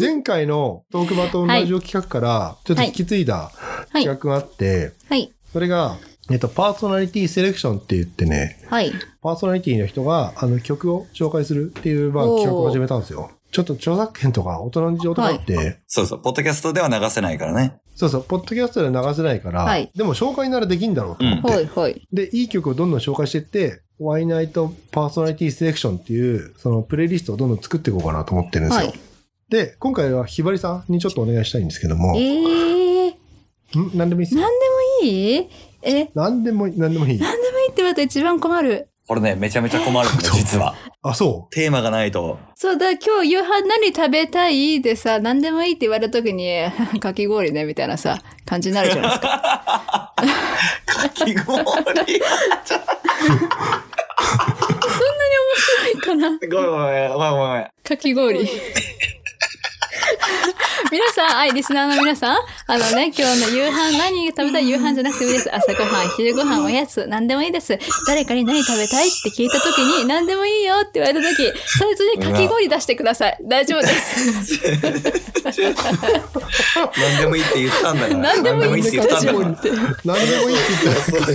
[SPEAKER 1] 前回のトークバトンラジオ企画から、ちょっと引き継いだ企画があって、
[SPEAKER 3] はい。
[SPEAKER 1] それが、えっと、パーソナリティセレクションって言ってね、
[SPEAKER 3] はい。
[SPEAKER 1] パーソナリティの人が、あの、曲を紹介するっていう、まあ、
[SPEAKER 3] おー
[SPEAKER 1] 企画を始めたんですよ。ちょっと著作権とか大人の事情とかあって、
[SPEAKER 2] そうそう、ポッドキャストでは流せないからね。
[SPEAKER 1] そうそう、ポッドキャストでは流せないから、
[SPEAKER 3] はい
[SPEAKER 1] でも紹介ならできんだろうと思って、
[SPEAKER 3] はい。はい。
[SPEAKER 1] で、いい曲をどんどん紹介していって、ワイナイトパーソナリティセレクションっていう、そのプレイリストをどんどん作っていこうかなと思ってるんですよ。
[SPEAKER 3] はい
[SPEAKER 1] で、今回はひばりさんにちょっとお願いしたいんですけども、
[SPEAKER 3] えー、
[SPEAKER 1] ん何でもいいっす
[SPEAKER 3] なんでもいいえ、
[SPEAKER 1] 何でもいい、何でもいい。
[SPEAKER 3] なんでもいいって言われたら一番困る。
[SPEAKER 2] これね、めちゃめちゃ困るんだよ、実は。
[SPEAKER 1] あ、そう。
[SPEAKER 2] テーマがないと。
[SPEAKER 3] そうだ、今日夕飯何食べたいでさ、何でもいいって言われた時に、 かき氷ね、みたいなさ、感じになるじゃないですか。
[SPEAKER 2] かき氷
[SPEAKER 3] いい かな
[SPEAKER 2] ごめんごめんごめんごめん。
[SPEAKER 3] かき氷。皆さん、はい、リスナーの皆さん、あのね、今日の夕飯、何食べたい夕飯じゃなくてもいいです。朝ごはん、昼ごはん、おやつ、何でもいいです。誰かに何食べたいって聞いた時に、何でもいいよって言われた時、そいつにかき氷出してください。大丈夫です。
[SPEAKER 2] 何でもいいって言ったんだから。
[SPEAKER 3] 何でもいい
[SPEAKER 2] 何って
[SPEAKER 3] です。
[SPEAKER 2] 言ったんだから。
[SPEAKER 3] って。
[SPEAKER 1] 何でもいいって言ったら、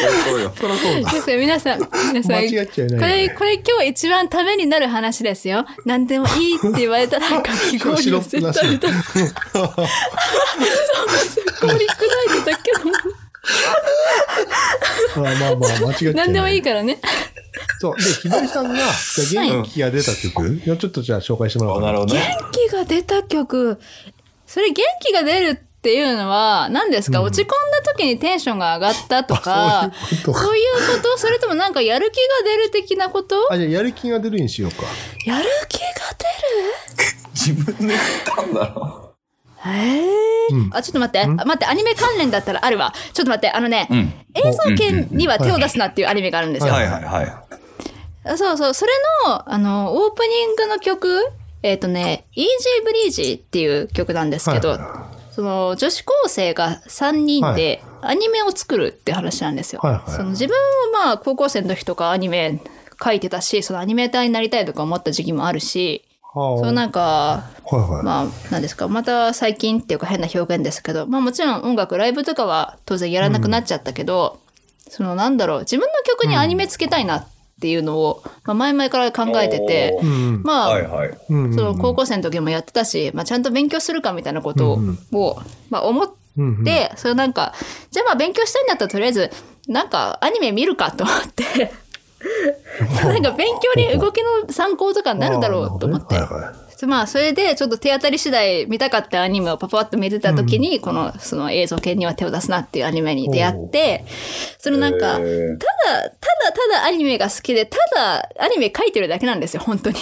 [SPEAKER 2] そうよ。
[SPEAKER 1] そらそうだ。
[SPEAKER 3] ですよ、皆さん、皆さん。
[SPEAKER 1] 間違っちゃい
[SPEAKER 3] こ
[SPEAKER 1] ないよ
[SPEAKER 3] れ、
[SPEAKER 1] ね。
[SPEAKER 3] これ今日一番ためになる話ですよ。何でもいいって言われた ら、かき氷を絶対出す。そんなすっごい砕いてたけども、
[SPEAKER 1] まあまあまあ、間違っちゃいない。
[SPEAKER 3] 何でもいいからね。
[SPEAKER 1] そう。で、ひばりさんが、じゃあ元気が出た曲、をちょっとじゃあ紹介してもらおうか
[SPEAKER 2] なるほどね。
[SPEAKER 3] 元気が出た曲、それ元気が出るっていうのは何ですか、落ち込んだ時にテンションが上がったとか
[SPEAKER 1] あ、そういうこと
[SPEAKER 3] そういうことそれともなんかやる気が出る的なこと
[SPEAKER 1] あ、じゃあやる気が出るにしようか。
[SPEAKER 3] やる気が出る
[SPEAKER 2] 自分で言ったんだろ。
[SPEAKER 3] えー
[SPEAKER 1] うん
[SPEAKER 3] あ、ちょっと待って。あ待って、アニメ関連だったらあるわ。ちょっと待って、あのね、
[SPEAKER 2] ん
[SPEAKER 3] 映像権には手を出すなっていうアニメがあるんですよ。
[SPEAKER 2] はいはいはい。
[SPEAKER 3] あそうそう、それの、あの、オープニングの曲、えっ、とね、イージーブリージーっていう曲なんですけど、
[SPEAKER 1] はいはいは
[SPEAKER 3] その、女子高生が3人でアニメを作るって話なんですよ。
[SPEAKER 1] はいはい
[SPEAKER 3] その自分もまあ、高校生の時とかアニメ書いてたし、そのアニメーターになりたいとか思った時期もあるし、
[SPEAKER 1] はあ
[SPEAKER 3] そのなんか、
[SPEAKER 1] はいはい。
[SPEAKER 3] まあ、なんですか、また最近っていうか変な表現ですけど、まあもちろん音楽、ライブとかは当然やらなくなっちゃったけど、そのなんだろう、自分の曲にアニメつけたいなっていうのを、まあ前々から考えてて
[SPEAKER 2] お、ー
[SPEAKER 1] うん。
[SPEAKER 3] まあ、
[SPEAKER 2] はいはい。
[SPEAKER 1] うんうん
[SPEAKER 3] その高校生の時もやってたし、まあちゃんと勉強するかみたいなことを、
[SPEAKER 1] うん
[SPEAKER 3] まあ思って、
[SPEAKER 1] うんうん
[SPEAKER 3] それなんか、じゃあまあ勉強したいんだったらとりあえず、なんかアニメ見るかと思 って、なんか勉強に動きの参考とかになるだろうと思って
[SPEAKER 1] あ。ーなるほどねはいはい
[SPEAKER 3] まあそれでちょっと手当たり次第見たかったアニメをパパッと見てた時に、このその映像系には手を出すなっていうアニメに出会ってそのなんか、
[SPEAKER 2] えー
[SPEAKER 3] ただただただアニメが好きでただアニメ描いてるだけなんですよ本 当に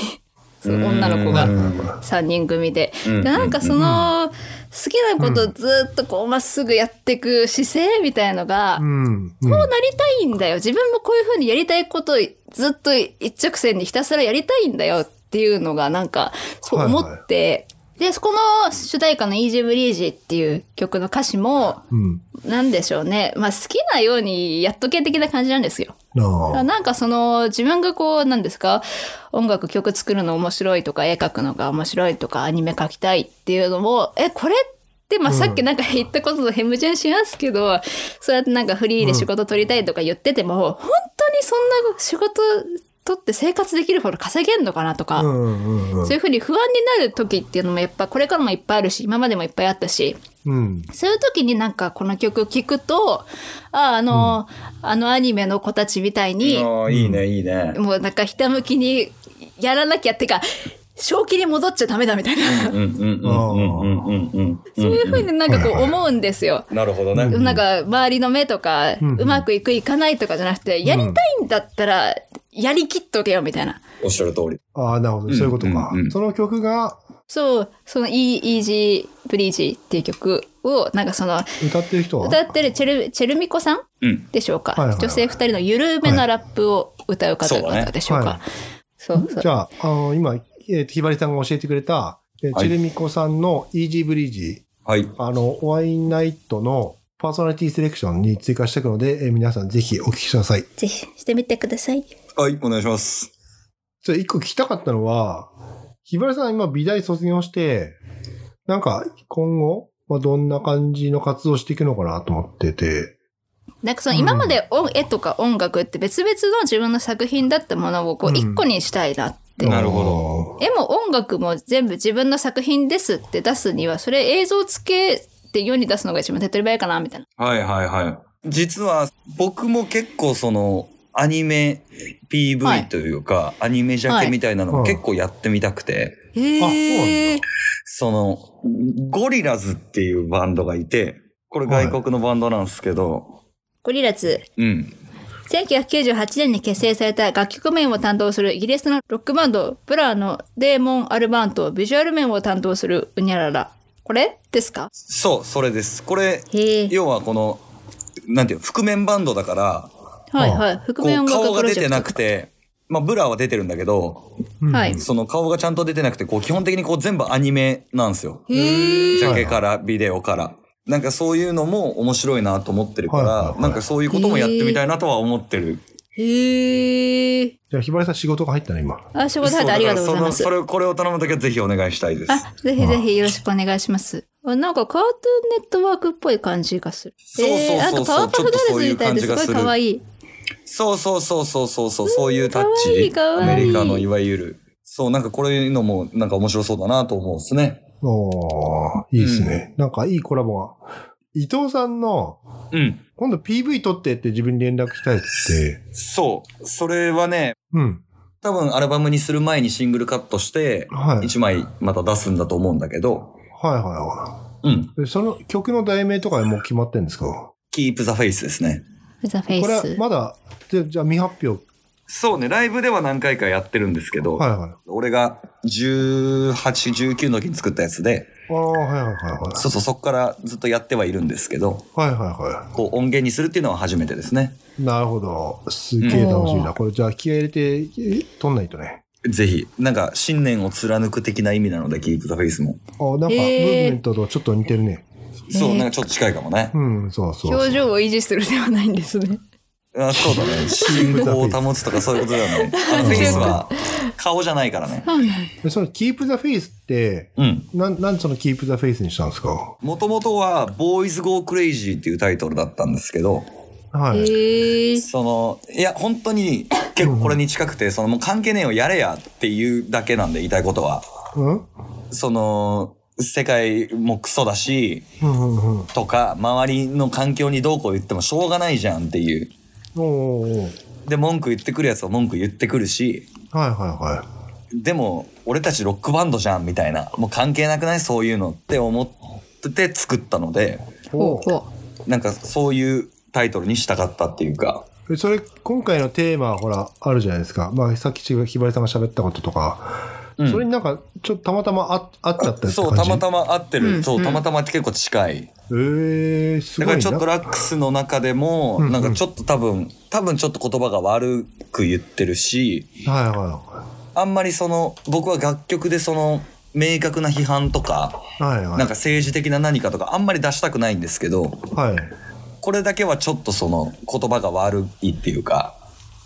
[SPEAKER 3] その女の子が3人組で。
[SPEAKER 2] ん
[SPEAKER 3] でなんかその好きなことをずっとこうまっすぐやっていく姿勢みたいのが、
[SPEAKER 1] うん。
[SPEAKER 3] こうなりたいんだよ。自分もこういう風にやりたいことをずっと一直線にひたすらやりたいんだよっていうのがなんかそう思って、で、そこの主題歌の Easy Breezy っていう曲の歌詞も、
[SPEAKER 1] うん。
[SPEAKER 3] なんでしょうね。まあ好きなようにやっとけ的な感じなんですよ。だから
[SPEAKER 1] なあ。
[SPEAKER 3] なんかその自分がこうなんですか音楽曲作るの面白いとか絵描くのが面白いとかアニメ描きたいっていうのもえこれってまあ
[SPEAKER 1] うん
[SPEAKER 3] さっきなんか言ったこととヘムジェンしますけど、そうやってなんかフリーで仕事取りたいとか言ってても、本当にそんな仕事取って生活できるほど稼げんのかなとか、
[SPEAKER 1] うんうんうん
[SPEAKER 3] そういうふうに不安になる時っていうのもやっぱこれからもいっぱいあるし今までもいっぱいあったし
[SPEAKER 1] うん。
[SPEAKER 3] そういう時になんかこの曲聴くとああの、あのアニメの子たちみたいに
[SPEAKER 2] ああ、いいね、いいね。
[SPEAKER 3] もうなんかひたむきにやらなきゃってか正気に戻っちゃダメだみたいな、
[SPEAKER 2] うんうんうんうんうんうんうん。
[SPEAKER 3] そういうふうになんかこう思うんですよ。
[SPEAKER 2] なるほどね。
[SPEAKER 3] なんか周りの目とか、う
[SPEAKER 1] うん
[SPEAKER 3] まくいくいかないとかじゃなくて、やりたいんだったらやりきっとけよみたいな。
[SPEAKER 2] おっしゃる通り。
[SPEAKER 1] ああ、なるほど。そういうことか
[SPEAKER 2] うんうんう。ん
[SPEAKER 1] その曲が
[SPEAKER 3] そう、その E Easy Breezy っていう曲をなんかその
[SPEAKER 1] 歌ってる人は
[SPEAKER 3] 歌ってるチェルチェルミコさん
[SPEAKER 2] うん。
[SPEAKER 3] でしょうか、
[SPEAKER 1] はいはいはい
[SPEAKER 3] 女性二人の緩めなラップを歌う方
[SPEAKER 2] はいそうだ
[SPEAKER 3] 々
[SPEAKER 2] ね
[SPEAKER 3] でしょう
[SPEAKER 1] は
[SPEAKER 3] か
[SPEAKER 1] い。
[SPEAKER 3] そうそう。
[SPEAKER 1] じゃあ、あの、今、えーひばりさんが教えてくれた、えー
[SPEAKER 2] はい
[SPEAKER 1] チェルミコさんのイージーブリージ
[SPEAKER 2] はい。
[SPEAKER 1] ー、あの、ワインナイトのパーソナリティセレクションに追加していくので、えー皆さんぜひお聞きください。
[SPEAKER 3] ぜひしてみてください。
[SPEAKER 2] はい、お願いします。
[SPEAKER 1] ちょっと一個聞きたかったのは、ひばりさん今美大卒業して、なんか今後、まあ、どんな感じの活動していくのかなと思ってて。
[SPEAKER 3] なんかその今までお絵とか音楽って別々の自分の作品だったものをこ
[SPEAKER 1] う
[SPEAKER 3] うん一個にしたいなって。
[SPEAKER 2] なるほ
[SPEAKER 3] 絵も音楽も全部自分の作品ですって出すには、それ映像付けって世に出すのが一番手っ取り早いかなみたいな。
[SPEAKER 2] はいはいはい。実は僕も結構そのアニメ
[SPEAKER 3] はい
[SPEAKER 2] PV というか、アニメジャケみたいなの
[SPEAKER 1] はい
[SPEAKER 2] 結構やってみたくて、
[SPEAKER 1] へ
[SPEAKER 3] え。
[SPEAKER 2] そのゴリラズっていうバンドがいて、これ外国のバンドなんですけど、
[SPEAKER 3] ゴリラズ、
[SPEAKER 2] うん。
[SPEAKER 3] 1998年に結成された楽曲面を担当するイギリスのロックバンド、ブラーのデーモン・アルバント、ビジュアル面を担当するウニャララ。これですか
[SPEAKER 2] そう、それです。これ、
[SPEAKER 3] へえ。
[SPEAKER 2] 要はこの、なんていうの覆面バンドだから、
[SPEAKER 3] はいはい。覆
[SPEAKER 2] こう
[SPEAKER 3] 面音
[SPEAKER 2] 顔
[SPEAKER 3] 楽プ
[SPEAKER 2] が
[SPEAKER 3] ロ
[SPEAKER 2] 出
[SPEAKER 3] ジ
[SPEAKER 2] て
[SPEAKER 3] ェクト
[SPEAKER 2] なくて、まあブラは出てるんだけど、
[SPEAKER 1] うん
[SPEAKER 3] はい
[SPEAKER 2] その顔がちゃんと出てなくて、こう基本的にこう全部アニメなんですよ。
[SPEAKER 3] へえ。
[SPEAKER 2] ジャケからビデオから。なんかそういうのも面白いなと思ってるから、
[SPEAKER 1] はいはいはい
[SPEAKER 2] なんかそういうこともやってみたいなとは思ってる。
[SPEAKER 3] へえ。
[SPEAKER 1] じゃあひばりさん仕事が入ったね、今。
[SPEAKER 3] あ、仕事入ってありがとうございま
[SPEAKER 2] そ
[SPEAKER 3] す
[SPEAKER 2] うだからそ。のそれこれを頼むときはぜひお願いしたいです。
[SPEAKER 3] あ、ぜひぜひよろしくお願いします。あなんかカートゥーンネットワークっぽい感じがする。
[SPEAKER 2] そうそうそうそう
[SPEAKER 3] えーなんかパワーパフガールズみた
[SPEAKER 2] ちょっ
[SPEAKER 3] いです
[SPEAKER 2] とそういう感じが
[SPEAKER 3] ごい
[SPEAKER 2] する
[SPEAKER 3] 可愛い
[SPEAKER 2] そうそうそうそうそうそう、そういうタッ
[SPEAKER 3] かわい
[SPEAKER 2] チ
[SPEAKER 3] いかわいい
[SPEAKER 2] アメリカのいわゆる。そう、なんかこういうのもなんか面白そうだなと思うんですね。
[SPEAKER 1] おーいいですね、なんかいいコラボが。伊藤さんの、
[SPEAKER 2] うん。
[SPEAKER 1] 今度 PV 撮ってって自分に連絡したいって。
[SPEAKER 2] そう。それはね、
[SPEAKER 1] うん。
[SPEAKER 2] 多分アルバムにする前にシングルカットして、
[SPEAKER 1] はい。
[SPEAKER 2] 1枚また出すんだと思うんだけど、
[SPEAKER 1] はいはいは
[SPEAKER 2] うん。
[SPEAKER 1] い。でその曲の題名とかはもう決まってんですかこ
[SPEAKER 2] Keep the Face ですね。
[SPEAKER 3] ザフェ
[SPEAKER 1] れ
[SPEAKER 3] イ
[SPEAKER 1] は
[SPEAKER 3] ス。
[SPEAKER 1] まだ、じゃじゃあ未発表。
[SPEAKER 2] そうね、ライブでは何回かやってるんですけど、
[SPEAKER 1] はいはい。
[SPEAKER 2] 俺が18、19の時に作ったやつで、
[SPEAKER 1] ああ、はいはいはいはい。
[SPEAKER 2] そうそう、そこからずっとやってはいるんですけど、
[SPEAKER 1] はいはいは
[SPEAKER 2] こう音源にするっていうのは初めてですね。
[SPEAKER 1] い。なるほど。すげえ楽しみ
[SPEAKER 3] う
[SPEAKER 1] だ。これじゃあ気合い入れてえ撮んないとね。
[SPEAKER 2] ぜひ、なんか信念を貫く的な意味なので、キープザフェイスも。
[SPEAKER 1] あなんかムー
[SPEAKER 3] へえ
[SPEAKER 1] ブメントとちょっと似てるね。
[SPEAKER 2] そう、
[SPEAKER 3] ね
[SPEAKER 2] なんかちょっと近いかも ね。
[SPEAKER 1] うん、そうそうそう。
[SPEAKER 3] 表情を維持するではないんですね。
[SPEAKER 2] あそうだね。 信仰を保つとかそういうことだよね。 あのフェイスは顔じゃないからね。
[SPEAKER 1] でそのキープザフェイスって、
[SPEAKER 2] うん。
[SPEAKER 1] なん、なんでそのキープザフェイスにしたんですか
[SPEAKER 2] もともとは、ボーイズ・ゴー・クレイジーっていうタイトルだったんですけど、
[SPEAKER 1] はい。
[SPEAKER 3] へえ。
[SPEAKER 2] そのいや本当に結構これに近くてそのもう関係ねえよやれやっていうだけなんで言いたいことは
[SPEAKER 1] うん
[SPEAKER 2] その世界もクソだし
[SPEAKER 1] うんうんうん。
[SPEAKER 2] とか周りの環境にどうこう言ってもしょうがないじゃんっていう
[SPEAKER 1] おーおー
[SPEAKER 2] で文句言ってくるやつは文句言ってくるし
[SPEAKER 1] はいはいはい。
[SPEAKER 2] でも俺たちロックバンドじゃんみたいなもう関係なくないそういうのって思ってて作ったので
[SPEAKER 3] ほ
[SPEAKER 1] お
[SPEAKER 3] うほ
[SPEAKER 2] なんかそういうタイトルにしたかったっていうか
[SPEAKER 1] えそれ、今回のテーマ、ほら、あるじゃないですか。まあ、さっきひばりさんが喋ったこととか、
[SPEAKER 2] うん
[SPEAKER 1] それになんか、ちょっとたまたまあ合っちゃった
[SPEAKER 2] そうたまた
[SPEAKER 1] ま。
[SPEAKER 2] ま合ってる、
[SPEAKER 3] うん
[SPEAKER 2] そううんたまたま結構近い。
[SPEAKER 1] えー、す
[SPEAKER 2] だ
[SPEAKER 1] ご
[SPEAKER 2] か
[SPEAKER 1] い
[SPEAKER 2] ら
[SPEAKER 1] な。
[SPEAKER 2] ちょっとラックスの中でも
[SPEAKER 1] うんうん
[SPEAKER 2] なんかちょっと多分多分ちょっと言葉が悪く言ってるし
[SPEAKER 1] はいは
[SPEAKER 2] あんまりその僕は楽曲でその明確な批判とか、
[SPEAKER 1] はいはい
[SPEAKER 2] なんか政治的な何かとかあんまり出したくないんですけど、
[SPEAKER 1] はい。
[SPEAKER 2] これだけはちょっとその言葉が悪いっていうか、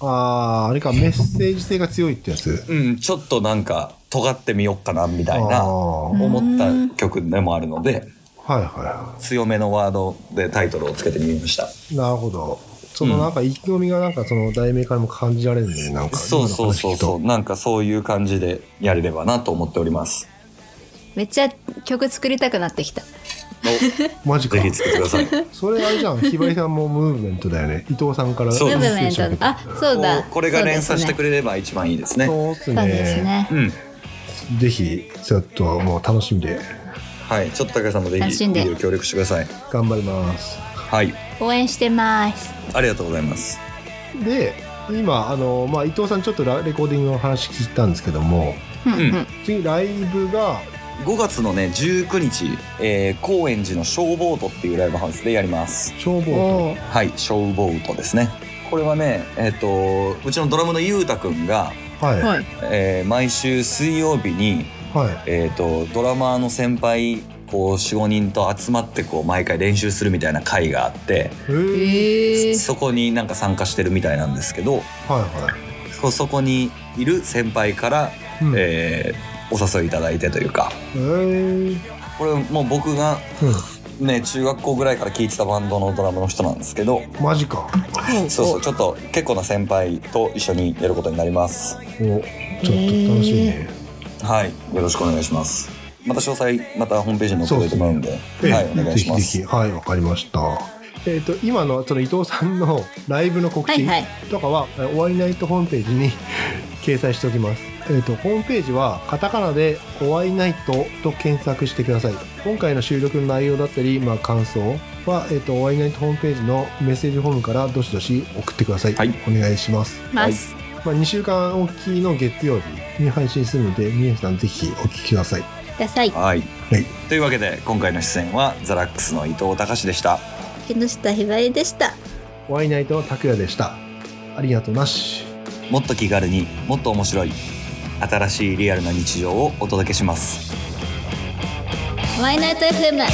[SPEAKER 1] ああ、あれか、メッセージ性が強いってやつ。
[SPEAKER 2] うん、ちょっとなんか尖ってみよっかなみたい
[SPEAKER 1] あ
[SPEAKER 2] な
[SPEAKER 1] ー
[SPEAKER 2] 思った曲でもあるので、
[SPEAKER 1] はいは
[SPEAKER 2] 強めのワードでタイトルをつけてみました。
[SPEAKER 1] い。なるほど。そのなんか意気込みがなんかその題名からも感じられるね、なんか。
[SPEAKER 2] そうそうそ
[SPEAKER 1] 今
[SPEAKER 2] う
[SPEAKER 1] の
[SPEAKER 2] そう、
[SPEAKER 1] 話聞く
[SPEAKER 2] なんかそういう感じでやれればなと思っております。
[SPEAKER 3] めっちゃ曲作りたくなってきた
[SPEAKER 1] と。マジか
[SPEAKER 2] ぜ。ひ作ってください。
[SPEAKER 1] それあれじゃん、ひばりさんもムーブメントだよね。伊藤さんから。
[SPEAKER 2] そう
[SPEAKER 3] ム
[SPEAKER 2] で
[SPEAKER 3] ー
[SPEAKER 2] す
[SPEAKER 3] ブメントあそうだ
[SPEAKER 2] こうこれが連鎖してくれれば一番いいですね。う
[SPEAKER 1] そうっす
[SPEAKER 3] そうです
[SPEAKER 1] ね。
[SPEAKER 3] ね
[SPEAKER 2] ん。
[SPEAKER 1] ぜひ、ちょっともう楽しんで
[SPEAKER 2] はい。ちょっと高橋さんもぜ
[SPEAKER 3] 楽
[SPEAKER 2] ひ
[SPEAKER 3] しんで
[SPEAKER 2] ビデオ協力してください。
[SPEAKER 1] 頑張ります。
[SPEAKER 2] はい。
[SPEAKER 3] 応援してます
[SPEAKER 2] ありがとうございます。
[SPEAKER 1] で、今、あの、まあ、伊藤さんちょっとラレコーディングの話聞いたんですけども、
[SPEAKER 3] うんうん
[SPEAKER 1] 次、ライブが、
[SPEAKER 2] 5月のね19日、えー、高円寺のショーボートっていうライブハウスでやります。
[SPEAKER 1] 消防
[SPEAKER 3] おー
[SPEAKER 2] はい。ショーボートですね。これはね、えっ、とうちのドラムのゆうたくんが、
[SPEAKER 1] と。はい。はい。
[SPEAKER 3] い
[SPEAKER 2] えー毎週水曜日にえー、とドラマーの先輩こう45人と集まってこう毎回練習するみたいな会があって、
[SPEAKER 1] えー、
[SPEAKER 3] えー、
[SPEAKER 2] そこになんか参加してるみたいなんですけど
[SPEAKER 1] はいは
[SPEAKER 2] そそこにいる先輩から、
[SPEAKER 1] い。うん、
[SPEAKER 2] えーお誘いいただいてというか
[SPEAKER 1] えー
[SPEAKER 2] これもう僕が、ね、中学校ぐらいから聴いてたバンドのドラムの人なんですけど
[SPEAKER 1] マジか。
[SPEAKER 2] そうそうちょっと結構な先輩と一緒にやることになります。
[SPEAKER 1] お、ちょっと楽しみね。
[SPEAKER 2] はいよろしくお願いしますまた詳細またホームページに載っておいてもらうんで
[SPEAKER 1] ええ
[SPEAKER 2] はいお願いしま
[SPEAKER 1] ぜ
[SPEAKER 2] す
[SPEAKER 1] ひぜひはい、わかりました。えっ、と、今の、その伊藤さんのライブの告
[SPEAKER 3] はい
[SPEAKER 1] 知
[SPEAKER 3] はい
[SPEAKER 1] とかは、えー終わりナイトホームページに掲載しておきます。えっ、と、ホームページは、カタカナで、終わりナイトと検索してください。今回の収録の内容だったり、まあ、感想は、えっ、と、終わりナイトホームページのメッセージフォームから、どしどし送ってください。
[SPEAKER 2] はい
[SPEAKER 1] お願いします。
[SPEAKER 3] ます、
[SPEAKER 1] まあ、2週間おきの月曜日に配信するので、皆さんぜひお聞きください。
[SPEAKER 3] 野菜
[SPEAKER 2] はい
[SPEAKER 1] はい。
[SPEAKER 2] というわけで今回の出演はザラックスの伊藤隆でした
[SPEAKER 3] 木下ひばりでした
[SPEAKER 1] ワイナイトの拓也でした。ありがとうなし。
[SPEAKER 2] もっと気軽にもっと面白い新しいリアルな日常をお届けします
[SPEAKER 3] ワイナイト FM だ